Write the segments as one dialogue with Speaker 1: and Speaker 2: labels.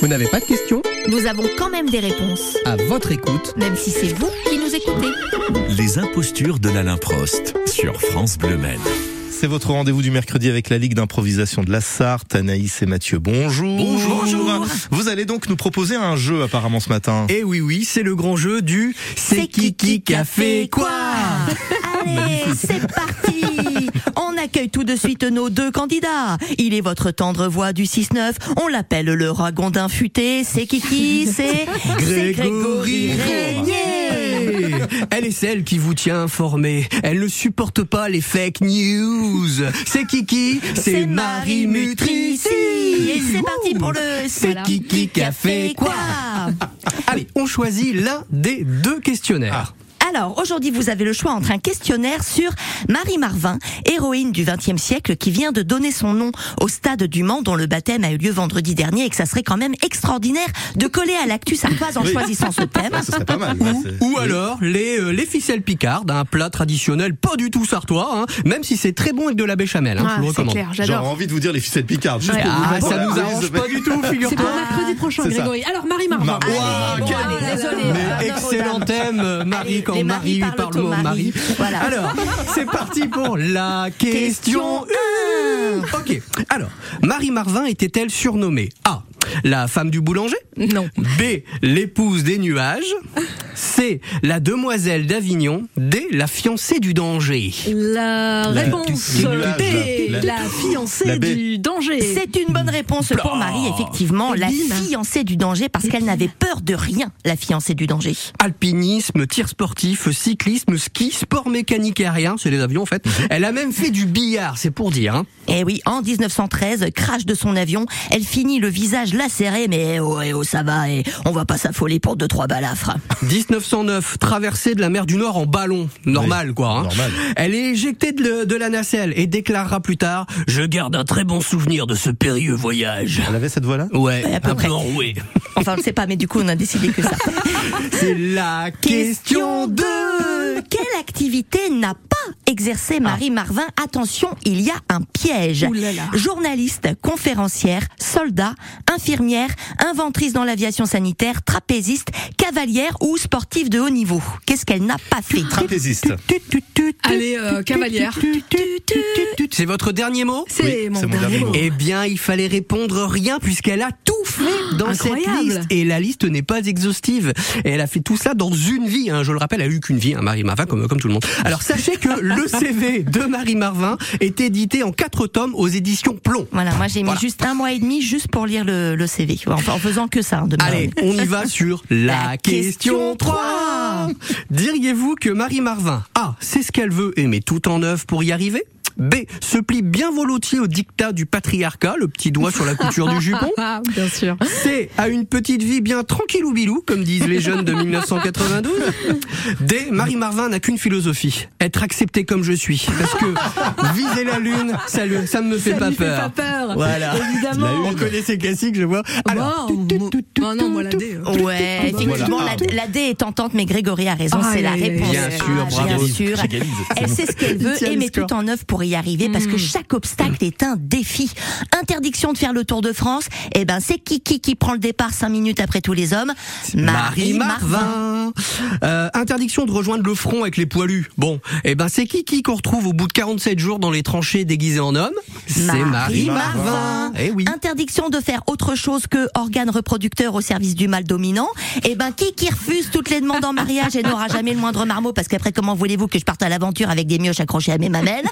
Speaker 1: Vous n'avez pas de questions
Speaker 2: Nous avons quand même des réponses,
Speaker 1: À votre écoute.
Speaker 2: même si c'est vous qui nous écoutez.
Speaker 3: Les impostures de l'Alain Prost sur France Bleu Maine.
Speaker 4: C'est votre rendez-vous du mercredi avec la Ligue d'improvisation de la Sarthe. Anaïs et Mathieu, bonjour.
Speaker 5: Bonjour.
Speaker 4: Vous allez donc nous proposer un jeu apparemment ce matin.
Speaker 5: Et Eh oui, oui, c'est le grand jeu du C'est qui qui qui a fait quoi
Speaker 2: Allez, c'est parti On accueille tout de suite nos deux candidats. Il est votre tendre voix du 6-9. On l'appelle le ragondin futé. C'est Kiki, c'est c'est Grégory Régnier.
Speaker 5: Elle est celle qui vous tient informé. Elle ne supporte pas les fake news. C'est Kiki, c'est Marie Mutrici.
Speaker 2: Et c'est parti pour le
Speaker 5: C'est Kiki qui a fait quoi Allez, on choisit l'un des deux questionnaires.
Speaker 1: Ah.
Speaker 2: Alors, aujourd'hui, vous avez le choix entre un questionnaire sur Marie Marvin, héroïne du XXe siècle qui vient de donner son nom au stade du Mans dont le baptême a eu lieu vendredi dernier et que ça serait quand même extraordinaire de coller à l'actu sartoise en
Speaker 4: Oui.
Speaker 2: choisissant ce thème.
Speaker 4: Ah, ce serait pas mal. ouais, c'est-
Speaker 5: Ou alors les, euh, les ficelles picardes, un plat traditionnel pas du tout sartois, hein, même si c'est très bon avec de la béchamel. hein, je vous le
Speaker 6: Ah, c'est
Speaker 5: recommande.
Speaker 6: clair,
Speaker 4: J'aurais
Speaker 6: j'adore.
Speaker 4: envie de vous dire les ficelles picardes. juste
Speaker 6: Ouais.
Speaker 4: pour vous
Speaker 5: Ah,
Speaker 4: mettre
Speaker 5: ça
Speaker 4: la
Speaker 5: nous
Speaker 4: prise
Speaker 5: arrange
Speaker 4: de-
Speaker 5: pas du tout,
Speaker 6: C'est pour
Speaker 5: figure-toi.
Speaker 6: mercredi prochain,
Speaker 4: C'est ça.
Speaker 6: Grégory. Alors, Marie Marvin.
Speaker 4: Mar- Ouah,
Speaker 2: bon,
Speaker 4: quel-
Speaker 2: allez, désolé.
Speaker 5: Mais
Speaker 2: Pardon,
Speaker 5: excellent
Speaker 2: madame.
Speaker 5: thème, Marie,
Speaker 2: Allez,
Speaker 5: quand
Speaker 2: les
Speaker 5: Marie
Speaker 2: maris
Speaker 5: parle,
Speaker 2: parlent
Speaker 5: au
Speaker 2: au
Speaker 5: mari.
Speaker 2: mari. Voilà.
Speaker 5: Alors, c'est parti pour la question
Speaker 2: Question
Speaker 5: 1. Ok. Alors, Marie Marvin était-elle surnommée A. La femme du boulanger
Speaker 6: Non.
Speaker 5: B. L'épouse des nuages C. La demoiselle d'Avignon D. La fiancée du danger
Speaker 6: La réponse
Speaker 4: du nuage,
Speaker 6: B,
Speaker 4: la-
Speaker 6: la,
Speaker 4: la-
Speaker 6: fiancée
Speaker 4: la B.
Speaker 6: du danger.
Speaker 2: C'est une bonne réponse pour Marie, effectivement, la
Speaker 6: bim.
Speaker 2: fiancée du danger, parce qu'elle n'avait peur de rien, la fiancée du danger.
Speaker 5: Alpinisme, tir sportif, cyclisme, ski, sport mécanique aérien, c'est les avions en fait. Elle a même fait du billard, c'est pour dire. Hein.
Speaker 2: Eh oui, en 1913, crash de son avion, elle finit le visage lacéré, mais eh oh, eh oh, ça va, et on va pas s'affoler pour deux, trois balafres.
Speaker 5: 1909, traversée de la mer du Nord en ballon. Normal,
Speaker 4: Oui,
Speaker 5: quoi. hein.
Speaker 4: normal.
Speaker 5: Elle est éjectée de, le- de la nacelle et déclarera plus tard « Je garde un très bon souvenir de ce périlleux voyage
Speaker 4: Elle avait cette voix-là ».
Speaker 5: Ouais,
Speaker 2: à peu
Speaker 5: un
Speaker 2: près.
Speaker 5: peu enroué.
Speaker 2: Enfin, on ne sait pas, mais du coup, on a décidé que ça.
Speaker 5: C'est la question de...
Speaker 2: Quelle activité n'a pas exercé Marie Marvin Attention, il y a un piège.
Speaker 6: Ouh là là.
Speaker 2: Journaliste, conférencière, soldat, infirmière, inventrice dans l'aviation sanitaire, trapéziste, cavalière ou sportive de haut niveau. Qu'est-ce qu'elle n'a pas fait
Speaker 4: Trapéziste.
Speaker 6: Allez, euh, cavalière.
Speaker 5: C'est votre dernier mot
Speaker 6: C'est
Speaker 4: Oui,
Speaker 6: mon,
Speaker 4: c'est mon
Speaker 6: dernier
Speaker 4: dernier
Speaker 6: mot.
Speaker 4: mot.
Speaker 5: Eh bien, il fallait répondre rien puisqu'elle a tout
Speaker 2: Ah,
Speaker 5: fait dans cette
Speaker 6: Incroyable.
Speaker 5: liste. Et la liste n'est pas exhaustive. Et elle a fait tout cela dans une vie. hein. Je le rappelle, elle a eu qu'une vie, hein, Marie Marvin, comme, comme tout le monde. Alors, sachez que le CV de Marie Marvin est édité en quatre tomes aux éditions Plomb.
Speaker 2: Voilà, moi j'ai mis
Speaker 5: Voilà.
Speaker 2: juste un mois et demi juste pour lire le, le CV. Enfin, en faisant que ça, hein, de ma-
Speaker 5: Allez, on y va sur la
Speaker 2: La
Speaker 5: question
Speaker 2: question
Speaker 5: 3. Diriez-vous que Marie Marvin A, c'est ce qu'elle veut et met tout en œuvre pour y arriver B, se plie bien volontiers au dictat du patriarcat, le petit doigt sur la couture du jupon
Speaker 6: Ah, bien sûr.
Speaker 5: C a une petite vie bien tranquille ou bilou, comme disent les jeunes de 1992. D. Marie Marvin n'a qu'une philosophie être acceptée comme je suis. Parce que viser la lune, ça, lui- ça ne me fait
Speaker 6: Ça
Speaker 5: pas
Speaker 6: lui fait
Speaker 5: peur.
Speaker 6: pas peur.
Speaker 5: Voilà.
Speaker 6: Évidemment.
Speaker 5: On connaît ces classiques, je vois. Alors,
Speaker 6: Wow, moi- Ah non, moi, la D, euh.
Speaker 2: Ouais, effectivement,
Speaker 4: Voilà.
Speaker 2: la, la D est tentante, mais Grégory a raison,
Speaker 6: Ah,
Speaker 2: c'est la
Speaker 6: aïe, aïe, aïe.
Speaker 2: réponse.
Speaker 5: Bien
Speaker 2: A,
Speaker 5: sûr, bravo.
Speaker 2: bien sûr. Elle sait ce qu'elle veut
Speaker 5: Tiens,
Speaker 2: et
Speaker 5: le
Speaker 2: met
Speaker 5: score. Hmm.
Speaker 2: tout en œuvre pour y arriver parce que chaque obstacle est un défi. Interdiction de faire le Tour de France, eh ben c'est Kiki qui prend le départ cinq minutes après tous les hommes.
Speaker 5: Marie Marvin. Euh, interdiction de rejoindre le front avec les poilus. Bon, eh ben c'est qui qui qu'on retrouve au bout de 47 jours dans les tranchées déguisées en homme C'est Marie
Speaker 2: Marie
Speaker 5: Marvin.
Speaker 2: Marvin.
Speaker 5: Eh oui.
Speaker 2: Interdiction de faire autre chose que organe reproducteur au service du mâle dominant. Eh ben qui qui refuse toutes les demandes en mariage et n'aura jamais le moindre marmot parce qu'après comment voulez-vous que je parte à l'aventure avec des mioches accrochées à mes mamelles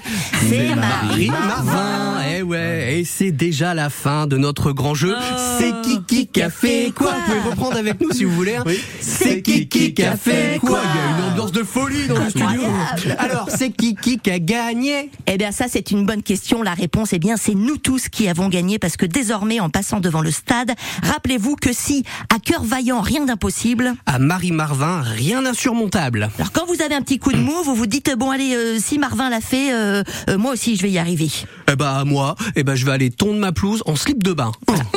Speaker 2: C'est Marie
Speaker 5: Marie Marvin, eh ouais, et c'est déjà la fin de notre grand jeu. C'est qui qui qui a fait Oh. quoi Vous pouvez reprendre avec nous si vous voulez. hein. C'est qui qui qui a fait quoi Il y a une ambiance de folie dans le studio. Alors, c'est qui qui qui a gagné
Speaker 2: Eh bien ça c'est une bonne question. La réponse eh bien c'est nous tous qui avons gagné parce que désormais en passant devant le stade, rappelez-vous que si à cœur vaillant rien d'impossible.
Speaker 5: À Marie Marvin, rien d'insurmontable.
Speaker 2: Alors quand vous avez un petit coup de mou, vous vous dites bon allez euh, si Marvin l'a fait, euh, euh, moi aussi je vais y arriver.
Speaker 5: Eh ben, à moi, eh ben, je vais aller tondre ma pelouse en slip de bain.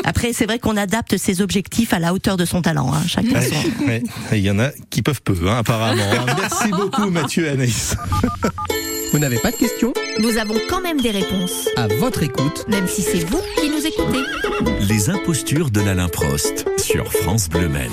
Speaker 2: Après c'est vrai qu'on adapte ses objectifs à la hauteur de son talent. Hein, chacun son.
Speaker 4: Ouais. Et Il y en a qui peuvent peu, hein, apparemment. Merci beaucoup, Mathieu et Anaïs.
Speaker 5: Vous n'avez pas de questions
Speaker 1: Nous avons quand même des réponses,
Speaker 5: À votre écoute.
Speaker 1: même si c'est vous qui nous écoutez.
Speaker 3: Les impostures de l'Alain Prost sur France Bleu Maine.